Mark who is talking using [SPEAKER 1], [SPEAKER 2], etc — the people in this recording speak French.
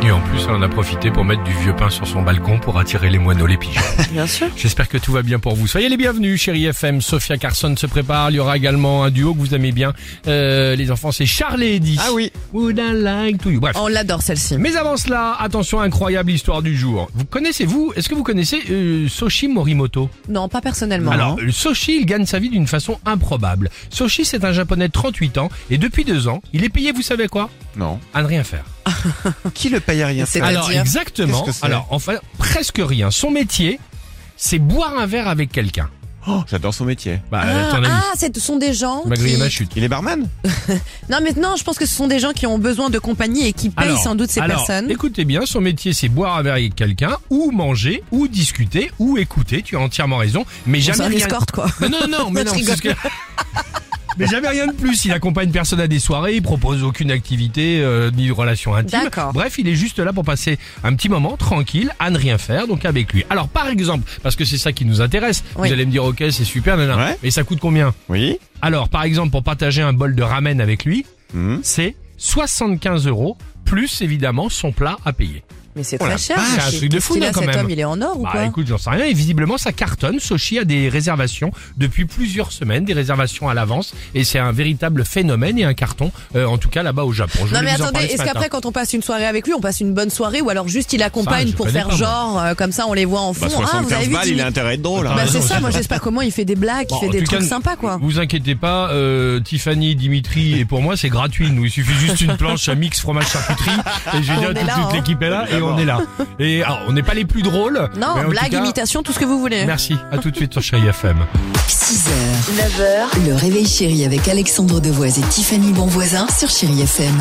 [SPEAKER 1] Et en plus, on en a profité pour mettre du vieux pain sur son balcon pour attirer les moineaux, les pigeons.
[SPEAKER 2] Bien sûr.
[SPEAKER 1] J'espère que tout va bien pour vous. Soyez les bienvenus, chérie FM. Sophia Carson se prépare. Il y aura également un duo que vous aimez bien. Euh, les enfants, c'est Charles et Eddie.
[SPEAKER 2] Ah oui.
[SPEAKER 1] Would I like to you. Bref.
[SPEAKER 2] On l'adore celle-ci.
[SPEAKER 1] Mais avant cela, attention, incroyable histoire du jour. Vous connaissez, vous, est-ce que vous connaissez euh, Soshi Morimoto
[SPEAKER 2] Non, pas personnellement.
[SPEAKER 1] Alors, euh, Soshi, il gagne sa vie d'une façon improbable. Soshi, c'est un japonais de 38 ans et depuis deux ans, il est payé, vous savez quoi
[SPEAKER 3] Non.
[SPEAKER 1] À ne rien faire.
[SPEAKER 3] Qui le paye à rien
[SPEAKER 2] C'est
[SPEAKER 3] faire
[SPEAKER 1] Alors
[SPEAKER 2] C'est-à-dire
[SPEAKER 1] exactement.
[SPEAKER 3] Qu'est-ce que c'est
[SPEAKER 1] Alors enfin presque rien. Son métier, c'est boire un verre avec quelqu'un.
[SPEAKER 3] Oh, J'adore son métier.
[SPEAKER 1] Bah,
[SPEAKER 2] ah,
[SPEAKER 1] ton ami.
[SPEAKER 2] ah, ce sont des gens.
[SPEAKER 1] Tu m'as grillé
[SPEAKER 2] qui-
[SPEAKER 1] ma chute.
[SPEAKER 3] Il est barman
[SPEAKER 2] Non, mais non, je pense que ce sont des gens qui ont besoin de compagnie et qui payent
[SPEAKER 1] Alors,
[SPEAKER 2] sans Bah, doute ces
[SPEAKER 1] alors,
[SPEAKER 2] personnes.
[SPEAKER 1] Écoutez bien, son métier c'est boire un verre avec quelqu'un, ou manger, ou discuter, ou écouter. Tu as entièrement raison, mais
[SPEAKER 2] C'est
[SPEAKER 1] jamais
[SPEAKER 2] un
[SPEAKER 1] rien.
[SPEAKER 2] escorte, quoi.
[SPEAKER 1] Mais non, non, mais
[SPEAKER 2] Je
[SPEAKER 1] non. c'est
[SPEAKER 2] rigole.
[SPEAKER 1] ce que- Mais jamais rien de plus. Il accompagne personne à des soirées, il propose aucune activité euh, ni relation intime.
[SPEAKER 2] D'accord.
[SPEAKER 1] Bref, il est juste là pour passer un petit moment tranquille, à ne rien faire, donc avec lui. Alors par exemple, parce que c'est ça qui nous intéresse,
[SPEAKER 2] Oui.
[SPEAKER 1] vous allez me dire ok, c'est super, nanana.
[SPEAKER 3] Ouais.
[SPEAKER 1] mais ça coûte combien
[SPEAKER 3] Oui.
[SPEAKER 1] Alors par exemple, pour partager un bol de ramen avec lui,
[SPEAKER 3] Hmm.
[SPEAKER 1] c'est 75 euros plus évidemment son plat à payer.
[SPEAKER 2] Mais c'est
[SPEAKER 1] Oh
[SPEAKER 2] très
[SPEAKER 1] la
[SPEAKER 2] cher.
[SPEAKER 1] vache, c'est un truc de fou,
[SPEAKER 2] Qu'est-ce qu'il
[SPEAKER 1] non,
[SPEAKER 2] a,
[SPEAKER 1] quand
[SPEAKER 2] cet
[SPEAKER 1] même.
[SPEAKER 2] homme, il est en or ou
[SPEAKER 1] Bah
[SPEAKER 2] quoi
[SPEAKER 1] écoute, j'en sais rien. Et visiblement, ça cartonne. Sochi a des réservations depuis plusieurs semaines, des réservations à l'avance. Et c'est un véritable phénomène et un carton, euh, en tout cas là-bas au Japon. Je
[SPEAKER 2] Non,
[SPEAKER 1] voulais vous
[SPEAKER 2] mais
[SPEAKER 1] en
[SPEAKER 2] attendez,
[SPEAKER 1] parler ce
[SPEAKER 2] est-ce
[SPEAKER 1] matin.
[SPEAKER 2] qu'après, quand on passe une soirée avec lui, on passe une bonne soirée ou alors juste il accompagne
[SPEAKER 1] je
[SPEAKER 2] pour
[SPEAKER 1] connais
[SPEAKER 2] faire
[SPEAKER 1] pas, moi.
[SPEAKER 2] genre, euh, comme ça, on les voit en fond.
[SPEAKER 3] Bah,
[SPEAKER 2] ah, vous avez
[SPEAKER 3] 75
[SPEAKER 2] vu
[SPEAKER 3] balles,
[SPEAKER 2] Jimmy
[SPEAKER 3] il a intérêt être drôle. hein.
[SPEAKER 2] Bah, c'est
[SPEAKER 1] raison,
[SPEAKER 2] ça, moi,
[SPEAKER 1] c'est
[SPEAKER 2] je sais pas comment il fait des blagues,
[SPEAKER 1] Bon,
[SPEAKER 2] il fait
[SPEAKER 1] en
[SPEAKER 2] des
[SPEAKER 1] tout
[SPEAKER 2] trucs
[SPEAKER 1] cas,
[SPEAKER 2] sympas, quoi.
[SPEAKER 1] Vous inquiétez pas, euh, Tiffany, Dimitri et pour moi c'est gratuit. Nous, il suffit juste une planche à mix fromage charcuterie et je vais
[SPEAKER 2] On
[SPEAKER 1] dire
[SPEAKER 2] est
[SPEAKER 1] tout de
[SPEAKER 2] là,
[SPEAKER 1] suite
[SPEAKER 2] hein.
[SPEAKER 1] l'équipe est là et
[SPEAKER 3] Évidemment.
[SPEAKER 1] on est là. Et alors, on n'est pas les plus drôles. mais en
[SPEAKER 2] Non,
[SPEAKER 1] tout
[SPEAKER 2] blague,
[SPEAKER 1] cas,
[SPEAKER 2] imitation, tout ce que vous voulez.
[SPEAKER 1] Merci. À tout de suite sur Chérie FM.
[SPEAKER 4] 6h, 9h, le réveil chéri avec Alexandre Devoise et Tiffany Bonvoisin sur Chéri FM.